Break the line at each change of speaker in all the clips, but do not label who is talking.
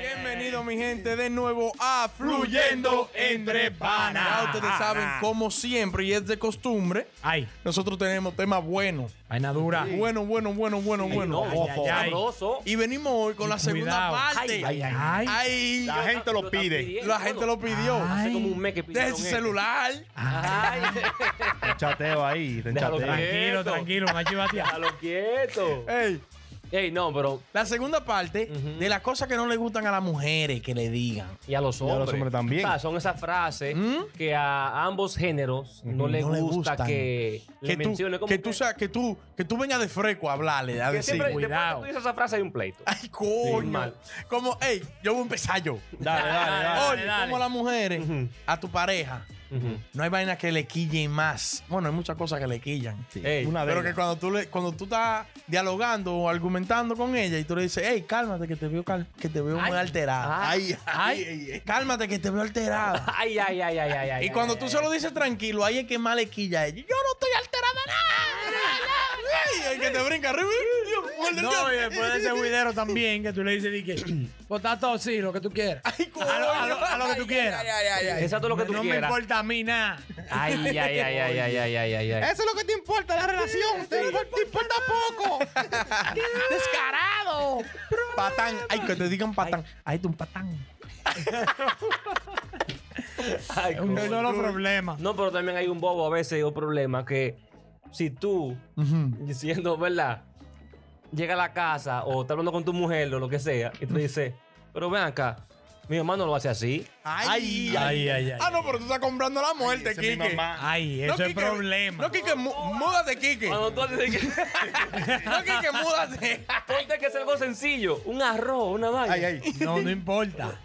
Bienvenido, mi gente, de nuevo a
Fluyendo Entre
Ya
Panas.
ustedes saben, como siempre y es de costumbre,
Ay,
nosotros tenemos temas buenos.
vaina dura.
Bueno, bueno, bueno, bueno, bueno.
no, ay, ay, ay.
Sabroso.
Y venimos hoy con la segunda
Cuidado.
parte.
Ay,
Ay, ay,
Ay,
La gente lo pide.
la gente lo pidió.
Ay.
Ah,
Hace como un mes que
Deje
E.
pidieron
su
esto.
celular.
Ay,
Un chateo ahí, ten
Déjalo
chateo.
tranquilo.
Tranquilo, tranquilo, macho y batia.
déjalo quieto.
Ey,
Ey, no, pero.
la segunda parte de las cosas que no le gustan a las mujeres que le digan.
Y a los
los
hombres.
hombres también.
O sea, son esas frases
¿Mm?
que a ambos géneros no, les
No le
gusta
gustan.
que le
Que tú,
mencionen. como
que, tú seas- que tú, que tú vengas de freco a hablarle, a
que
decir.
siempre, después que
cuidado.
tú dices esa frase hay un pleito.
Ay, coño.
Sí, mal.
como, ey, yo voy a empezar yo.
Dale, dale, dale.
Oye, como las mujeres, a tu pareja,
Ujú.
no hay vaina que le quillen más. Bueno, hay muchas cosas que le quillan.
Ey,
Una de
Pero que
ellas.
cuando tú, le, cuando tú estás dialogando o argumentando con ella y tú le dices, hey, cálmate que te veo, cal- que te veo muy alterada.
Ay,
Ay, cálmate que te veo alterada.
Ay, ay, ay, ay, ay, ay.
y cuando tú se lo dices tranquilo, ahí es que más le quilla a ella. Yo no estoy alterada nada. Ay, el que te brinca arriba.
No, y después de ese huidero también, que tú le dices, di que, vota todo, sí, lo que tú quieras.
Ay, coño.
A lo, a lo- a lo que tú quieras.
Ay, ay, ay, ay.
Exacto lo que tú
no
quieras.
me importa a mí nada.
Ay, ay, ay, ay, ay, ay, ay, ay, ay, ay.
Eso es lo que te importa, la relación. Te, te importa poco.
Descarado. Patán. Ay, que te digan patán. Ay, tú un patán.
Ay,
Es un
coño.
solo problema.
No, pero también hay un bobo a veces, un problema que si tú, diciendo, ¿verdad? Llega a la casa o está hablando con tu mujer o lo que sea, y tú dices, pero ven acá, mi mamá no lo hace así.
Ay,
Ay, ay, ay, ay.
Ah, no, pero tú estás comprando la muerte,
Esa es mi
Kike.
mamá.
Ay,
No,
eso es
Quique,
problema.
No, Kike, múdate, Kike. No,
Cuando tú haces que,
Kike, múdate.
ponte que es algo sencillo, un arroz, una vaina.
Ay, ay.
No, no importa.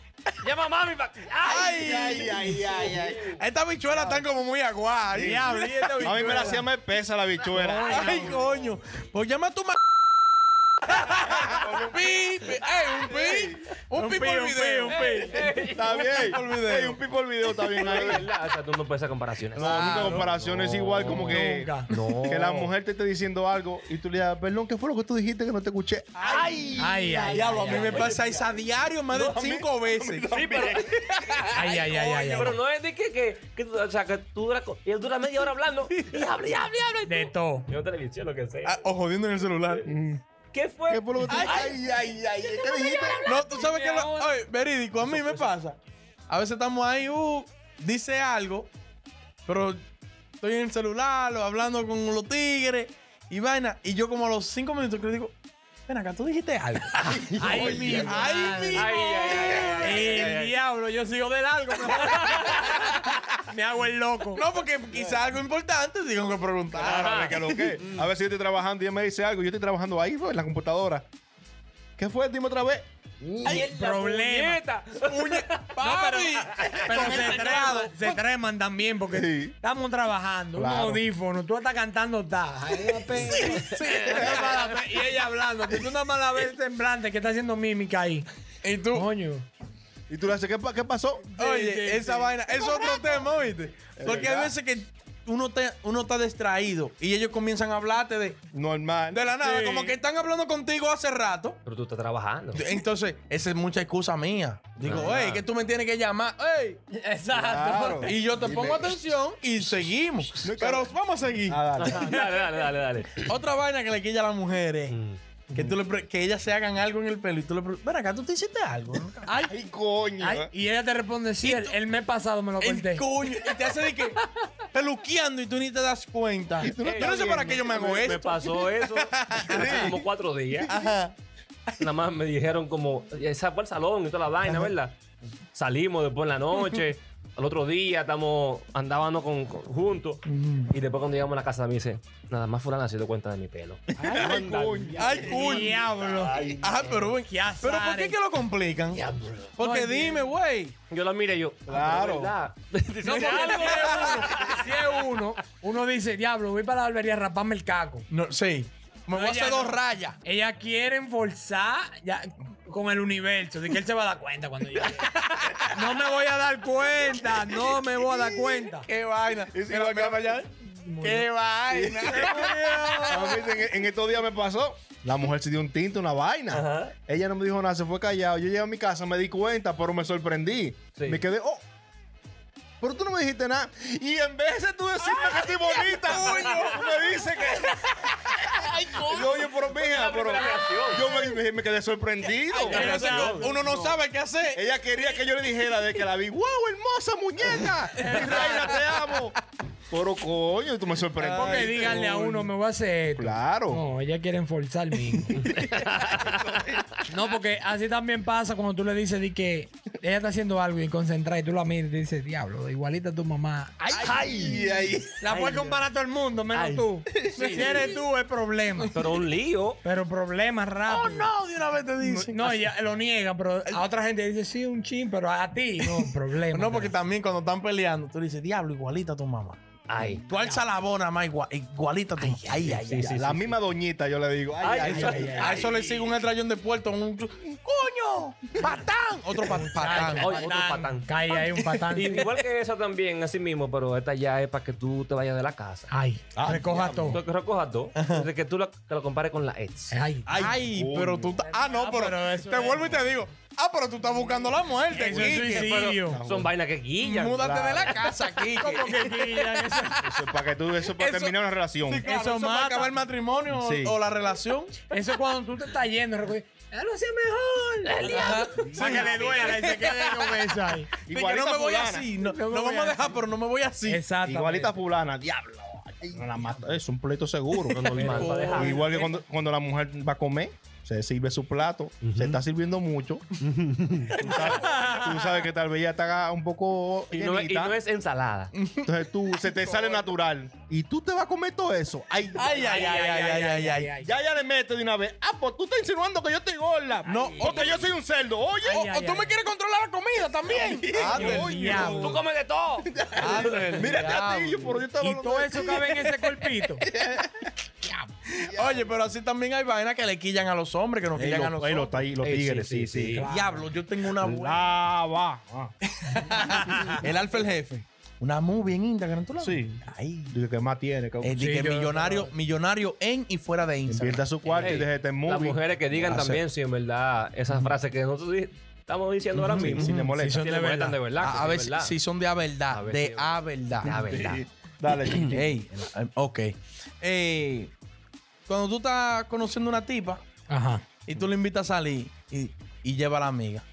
Llama a mami pa- ¡Ay!
Ay, ay, ay, ay.
Estas bichuelas están como muy aguadas. Diablo, y esta
A mí me
bichuela.
la hacía más pesa la bichuela.
Ay, coño. Pues llama a tu ma. un pi, pi. Ey, eh, un pi. Un, pi, por video.
un
Está bien.
Por video.
Ey, un pipo el video está bien ahí.
¿Verdad? O sea, tú no puedes hacer comparaciones.
No, nunca comparación es igual como que,
nunca.
que la mujer te esté diciendo algo y tú le digas, perdón, ¿qué fue lo que tú dijiste que no te escuché?
Ah, Ay,
Ay, ay,
diablo,
ay,
a mí me
ay,
pasa eso a diario más de cinco veces.
Sí, pero,
Ay, ay, ay, ay, ay.
pero no es de que, que, que tú- o sea, que tú duras, co- y él dura media hora hablando y habla y habla y habla. y
De
tú-
todo.
Yo televisión, lo que sea.
Ah, o jodiendo en el celular.
¿Qué fue?
¿Qué fue lo que tú Ay, ay, ay, ¿qué dijiste?
No, tú sabes que lo. Oye, verídico, a mí me pasa. A veces estamos ahí, uh, dice algo, pero estoy en el celular o hablando con los tigres y vaina. Y yo, como a los cinco minutos, que le digo, ven acá, tú dijiste algo.
Ay, mi
Ay, mi
Ay, ay, ay, ay, ay, ay,
El
ay.
diablo, yo sigo de largo. pero- Me hago el loco.
No, porque quizá algo importante tengo que Ah. preguntar.
Árabe, que lo que. A veces yo estoy trabajando y ella me dice algo, yo estoy trabajando ahí, pues, en la computadora. ¿Qué fue? Dime otra vez.
Ay, la
problema.
puñeta.
Puñe- papi.
Pero se treman, se treman también porque
Sí.
estamos trabajando,
Claro.
un audífono, tú estás cantando ta. Ay, una pena. Una mala pe- Y ella hablando, tú una mala vez semblante que está haciendo mímica ahí.
Y tú,
Coño.
Y tú le dices, ¿qué, pa- qué pasó?
Oye,
sí,
esa vaina es otro tema, ¿viste? Porque hay
verdad.
veces que uno, te- uno está distraído y ellos comienzan a hablarte de,
Normal.
de la nada,
Sí.
como que están hablando contigo hace rato.
Pero tú estás trabajando.
Entonces, esa es mucha excusa mía. Digo,
Ah.
hey, que tú me tienes que llamar, hey.
Exacto.
Claro.
Y yo te
Dime.
pongo atención y seguimos.
No, claro.
Pero vamos a seguir.
Ah, dale.
dale, dale, dale, dale.
Otra vaina que le quilla a las mujeres. Que, tú le pre- que ellas se hagan algo en el pelo y tú le preguntas, ven acá, tú te hiciste algo.
Ay,
Ay, coño.
ay, y ella te responde, sí, el, el mes pasado me lo
El
conté.
coño. Y te hace de que peluqueando y tú ni te das cuenta. yo
tú no
no sé
estás
para
viendo.
qué yo me hago
Me, me
esto.
pasó eso hace como cuatro días.
Ajá.
Nada más me dijeron como, esa fue el salón y toda la vaina, ¿verdad? Salimos después en la noche. al otro día estamos andábamos con, con- juntos. Y después cuando llegamos a la casa me dice, nada más fulana se dio cuenta de mi pelo.
Ay, coño.
Ay, coño.
Diablo.
Ah, pero bueno.
Qué azar,
Pero ¿por qué que lo complican? Porque
Oye.
dime, güey.
Yo la miré y yo,
Claro.
"Ah,
No, porque algo es uno. Si es uno, uno dice, diablo, voy para la barbería a raparme el caco.
No, sí. Me voy a
No,
hacer
ya
dos
no.
rayas.
Ellas quieren forzar ya, con el universo, de que él se va a dar cuenta cuando yo llegue. No me voy a dar cuenta, no me voy a dar cuenta.
Qué vaina.
¿Y si lo acaba ya?
Qué vaina.
A mí en, en estos días me pasó. La mujer se dio un tinto, una vaina.
Ajá.
Ella no me dijo nada, se fue callado. Yo llegué a mi casa, me di cuenta, pero me sorprendí.
Sí.
Me quedé, oh, pero tú no me dijiste nada. Y en vez de tú decirme que estoy bonita, me dice que. Yo, oye, pero mija, pero. Yo me, me- me quedé sorprendido.
Pero, o sea, uno no sabe qué hacer.
Ella quería que yo le dijera de que la vi, wow, hermosa muñeca. Mi reina, te amo. Pero coño, tú me sorprendiste.
Porque díganle a uno, me voy a hacer esto.
Claro.
No, ellas quieren forzar mismo. no, porque así también pasa cuando tú le dices di que ella está haciendo algo y concentrada y tú la miras y te dices, diablo, igualita a tu mamá. Ay,
Ay, ay.
la puedes comparar a todo el mundo, menos
Ay.
tú. Si eres tú, es problema.
Pero un lío.
Pero problema rápido.
Oh, No, de una vez te dice.
No, ella lo niega, pero a otra gente dice, sí, un chin, pero a ti, no, problema.
No, porque también cuando están peleando, tú le dices, diablo, igualita a tu mamá.
Ay.
Tú alza la bona, más igual, igualita a tu mamá. Ay, ay, ay.
sí,
la misma doñita, yo le digo. Ay, ay, ay, ay,
A eso le sigue un estrellón de puerto. Un... ¡Coño! ¡Patán! Otro pa- patán.
Oye, otro patán.
Cae ahí un patán.
Y igual que esa también, así mismo, pero esta ya es para que tú te vayas de la casa.
Ay,
Ah,
recoja todo.
Tú que recojas dos, desde que tú la- te lo compares con la ex.
Ay,
Ay, pero tú estás. Ah, no,
Ah,
pero.
pero eso
te
es-
vuelvo y te digo. Ah, pero tú estás buscando la muerte.
eso es
Quique.
suicidio.
Son vainas que guillan.
Múdate de la casa, aquí.
¿Cómo que guillan? Eso-
Eso es para que tú, eso es para
Eso-
terminar una relación.
Sí, claro,
Eso
eso para
mata.
acabar el matrimonio o-
Sí.
o la relación.
Eso es cuando tú te estás yendo, recoge. Ya lo hacía mejor. el diablo". Para que le duela y se quede con eso ahí.
Y que no me voy así. No,
No me
no
voy
vamos a
así.
dejar, pero no me voy así.
Exacto.
Igualita fulana, diablo. Ay, no la mata. Es un pleito seguro.
normal, para dejar.
Igual que cuando, cuando la mujer va a comer, se sirve su plato, se está sirviendo mucho. tú, sabes, tú sabes que tal vez ya está un poco
Y no, es- y
llenita.
no es ensalada.
Mm.
Entonces tú, se te sale natural. Y tú te vas a comer todo eso. Ay,
Ay, ay, ay, ay, ay, ay, ay.
Ya, ya le metes de una vez. Ah, pues tú estás insinuando que yo estoy gorda. No, o que yo soy un cerdo. Oye,
Ay,
o-
ay,
O tú me quieres controlar la comida también.
Ándale.
el diablo.
¡Tú comes de todo!
Ándale.
Mírate a ti, yo, pero yo estaba
Y
hablando
todo
de
eso
ti.
cabe en ese cuerpito.
Oye, pero así también hay vainas que le quillan a los hombres, que nos
Ey,
quillan a
los-
los
ey, los
hombres.
tigres, los
Ey, sí,
tigres, sí,
sí,
sí.
sí.
Claro.
Diablo, yo tengo una buena.
Lava. Ah.
El alfa el jefe. Una movie en Instagram, ¿tú la ves?
Sí.
Ay.
Dice, ¿qué más tiene?
Es de
Sí,
que
yo-
millonario, millonario en y fuera de Instagram.
Invierta su cuarto
Ey,
y
este
déjate en
Las
movie.
mujeres que digan también, si en verdad, esas frases que nosotros di- estamos diciendo ahora mismo.
si le molesta.
Si le molestan de verdad.
A, a
que
ver
sí, verdad.
si son de a verdad.
A ver
de
si-
a verdad.
La verdad.
Sí. Dale, chiqui.
Ey, eh, ok. Eh, cuando tú estás conociendo una tipa
Ajá.
y tú le invitas a salir y, y lleva a la amiga.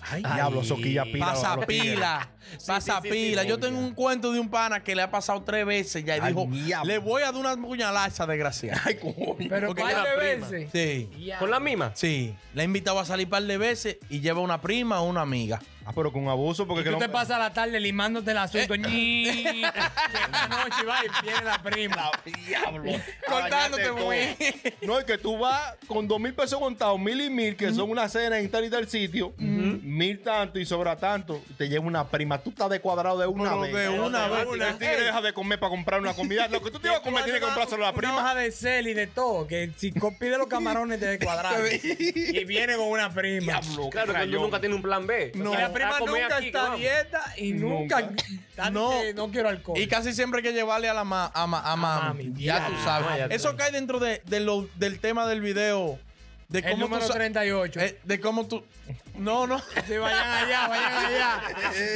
Ay,
Diablo, soquilla pila.
Pasa
los tigres.
pila, pasa pila. Yo tengo un cuento de un pana que le ha pasado tres veces ya y
Ay,
dijo,
diablo.
le voy a dar una puñalada a esa desgraciada.
Ay, coño.
Pero
Porque
par
era
de
prima.
veces.
Sí,
Con la misma.
sí. La he invitado a salir par de veces y lleva una prima o una amiga.
Ah, pero con abuso, porque
Y tú
que
te
no-
pasas la tarde limándote el asunto. Ñi. Llega la noche y va y viene la prima.
Diablo.
Cortándote,
Bañate
güey.
todo. No, es que tú vas con dos mil pesos contados, mil y mil, que son una cena en tal y tal sitio, mil tanto y sobra tanto, y te lleva una prima. Tú estás de cuadrado de una
Pero
vez.
de una
El
vez.
tigre- El tigre
Ey.
deja de comer para comprar una comida. Lo que tú te ibas a comer tienes que comprárselo a la
Una
prima.
hoja de cel y de todo. Que si co- pide los camarones te de cuadrado. y viene con una prima.
Diablo,
Claro, que tú
crayón.
nunca tiene un plan B.
y la prima
A comer
nunca
aquí,
está a
vamos.
dieta y nunca.
Nunca.
Dale
No.
que no quiero alcohol.
Y casi siempre hay que llevarle a la ma- a ma- a mami.
mami.
Ya tú sabes.
Ah, ya tú
Eso
sabes.
cae dentro de, de lo- del tema del video. De
el
cómo tú
número
sa-
38.
eh, de cómo tú. No, no.
Sí, vayan allá, vayan allá.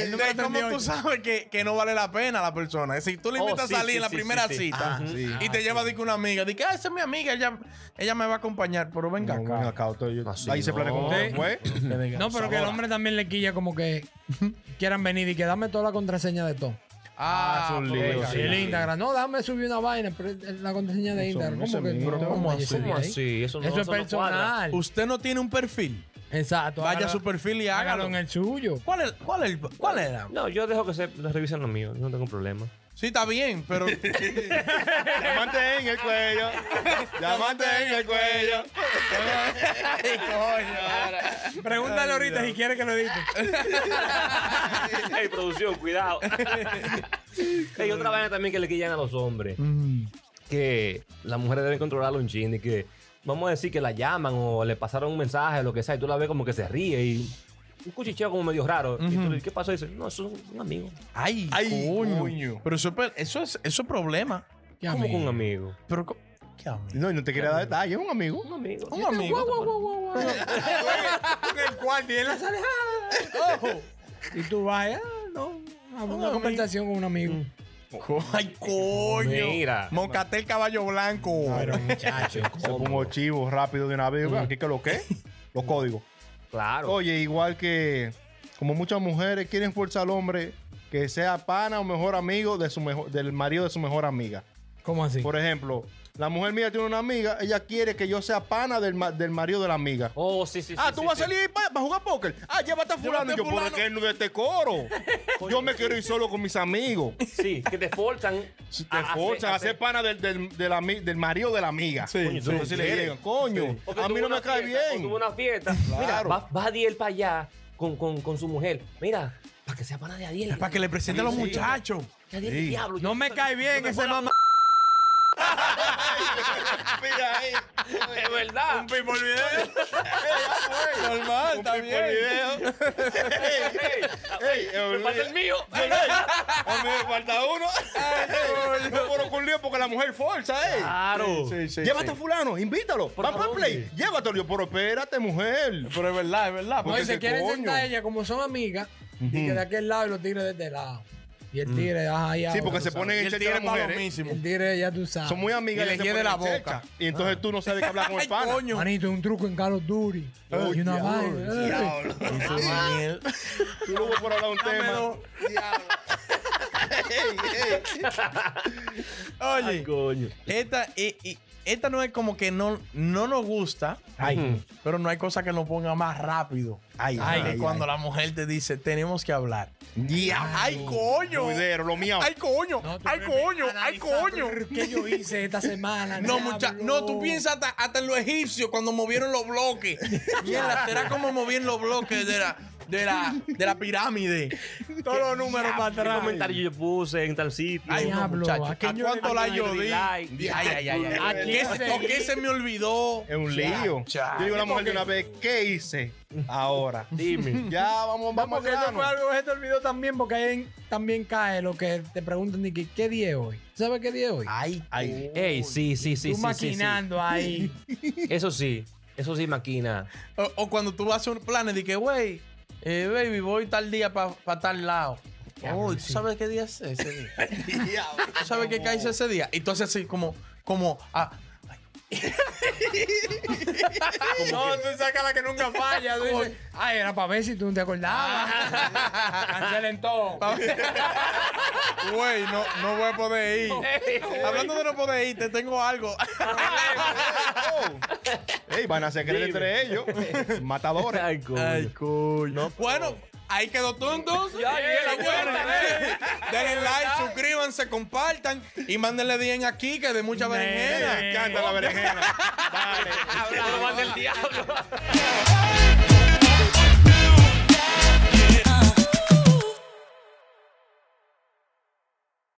El número
Eh, De cómo
38.
tú sabes que, que no vale la pena la persona. Es decir, tú le
Oh,
invitas
sí,
a salir
sí,
en la
sí,
primera
sí, sí.
cita
Ajá. Sí.
y te lleva de que una amiga. Dice, ah, esa es mi amiga, ella, ella me va a acompañar, pero venga
No,
acá.
ven acá, usted- yo-
Así
ahí se
no.
planea con usted,
Sí.
güey.
Le diga,
No, pero que el
"Sabora".
hombre también le quilla como que quieran venir y que dame toda la contraseña de todo.
Ah,
Ah, es un
pero
lío,
venga
sí.
acá.
El Instagram, no, dame subir una vaina, pero es la contraseña de
Eso,
Instagram.
ese
¿Cómo que?
mismo.
no,
¿Cómo
oye,
así?
ese
¿Cómo
día ahí.
así? Eso no-
Eso es
eso no cuadra.
personal.
Usted no tiene un perfil.
Exacto.
Vaya
hágalo-
a su perfil y
hágalo
hágalo.
en el suyo.
¿Cuál, es, cuál, es, ¿Cuál era?
No, yo dejo que se revisen lo mío. Yo no tengo problema.
Sí, está bien, pero.
Diamante en el cuello. Diamante en el cuello.
Pregúntale ahorita si quiere que lo edite.
Ey, producción, cuidado. Hay otra vaina también que le quillan a los hombres.
Mm.
Que las mujeres deben controlarlo un chin y que vamos a decir que la llaman o le pasaron un mensaje o lo que sea y tú la ves como que se ríe y un cuchicheo como medio raro. Y tú le dices, ¿qué pasó? Y dice, no, eso es un amigo.
Ay,
Ay,
coño.
coño.
Pero eso, es pe- eso es eso es problema.
¿Qué
¿Cómo que
amigo?
un amigo?
Pero, co- ¿qué amigo?
No, y no te quería dar detalles, un amigo.
Un amigo.
Un amigo.
En el cual ni él la sale.
Ojo.
Y tú vayas, no. a Una
amigo.
conversación con un amigo.
Ay, coño.
Mira.
Mocate el caballo blanco.
Pero muchacho.
Se pongo chivo rápido de una vez. Aquí que lo que. Los códigos.
Claro.
Oye, igual que como muchas mujeres quieren forzar al hombre que sea pana o mejor amigo de su mejor, del marido de su mejor amiga.
¿Cómo así?
Por ejemplo, la mujer mía tiene una amiga, ella quiere que yo sea pana del, ma- del marido de la amiga.
Oh, sí, sí, sí.
ah, tú
sí,
vas
sí.
a salir para jugar póker. Ah, llévate a
Llévate
fulano.
a
Y yo,
fulano.
¿por qué no de este coro? yo me quiero ir solo con mis amigos.
Sí, que te forzan.
Si te
a- a-
forzan a ser pana del, del, de la ami- del marido de la amiga.
Sí,
Coño, tú
sí,
no
sí.
se le llegan. Coño,
Porque
a mí
tuvo
no
una
me cae
fiesta, o
bien.
Tuvo una fiesta. Mira,
Claro.
va, va Adiel para allá con, con, con su mujer. Mira, para que sea pana de Adiel.
Para que le presente a los muchachos.
Que Adiel es
Sí.
diablo.
No
Yo-
me cae bien ese mamá.
Mira
eh,
ahí.
Es verdad.
People video. Normal, está
Cumplí por
bien.
video.
Ey,
Ey,
me falta el mío.
A mí me falta uno. No por un lío porque la mujer forza, eh.
Claro.
Llévate a fulano, invítalo.
Ah, ¿Por
Va para el
dónde?
play. Llévatelo. Yo, pero espérate, mujer.
Pero es verdad, es verdad.
No,
porque
y se
ese
quieren
coño.
sentar ella como son amigas. Y que de aquel lado y los tigres de este lado. Y el tigre, ajá, ahí
Sí,
ahora,
porque
tú
se
sabes.
ponen
y
en
el
checha
tigre
las
es ¿eh?
mujeres.
palomísimo.
El tigre, ya tú sabes.
Son muy amigas.
Y le
se
hiede
ponen
la
en checha.
boca.
Y entonces tú no sabes qué hablar con el
Ay,
pana.
coño.
Manito, un truco en Call of Duty.
Oh,
y una
diablo,
vaina.
diablo.
Daniel.
Tú no vas por hablar un tema.
Oye,
coño.
esta, y- y- esta no es como que no, no nos gusta,
Ay.
pero no hay cosa que nos ponga más rápido.
Ay,
Ay, que cuando la mujer te dice, tenemos que hablar.
Diablo.
¡Ay, coño!
Cuidero, lo mío.
¡Ay, coño!
No, tú
¡Ay,
debes
coño! ¡Ay,
analizar
coño!
tú, ¿Qué yo hice esta semana?
No, mucha,
Diablo.
no, tú piensas hasta, hasta en los egipcios cuando movieron los bloques. Mierda, será como movían los bloques de la, de la, de la pirámide. Todos los números para
¿Qué
atrás.
comentario yo puse en tal sitio?
Ay, no,
Diablo,
muchacho.
¿a qué
¿A
yo
cuánto
le-
la
a qué yo
yo
le
di?
di
Ay,
like?
ay, ay. ay.
¿A
¿Qué
quién
se-
le
o
di?
qué se me olvidó?
Es un lío.
cha.
Yo digo a la mujer de una vez, ¿qué hice ahora?
Dime.
Ya, vamos,
No,
vamos al
porque eso
grano.
fue algo que se te olvidó también, porque ahí en- también cae lo que te preguntan de que, qué día es hoy. ¿Sabes qué día es hoy?
Ay,
Ay.
Ey, sí, sí, sí. sí, sí,
tú
sí.
maquinando ahí.
Eso sí. Eso sí, maquina.
O, o cuando tú vas a hacer planes de que, güey, eh, baby, voy tal día para tal lado. Oh, ¿tú sabes qué día es ese día? ¿Tú sabes qué cae ese día? Y tú haces así como, como, ah,
No, tú sacas la que nunca falla. tú dices, Ay, era para ver si tú no te acordabas. Cancelen todo.
güey, no, no voy a poder ir.
Ey,
Hablando de no poder ir, te tengo algo.
Oh. Ey, van a se creer entre ellos. Matadores.
Ay, coño.
coño. bueno, ahí quedó todo entonces.
Ya, ya,
Está
ya,
bueno.
ya.
Denle like, suscríbanse, compartan y mándenle bien aquí que de mucha
Me-
berenjena.
Me encanta la berenjena. Dale.
Hablaban del diablo.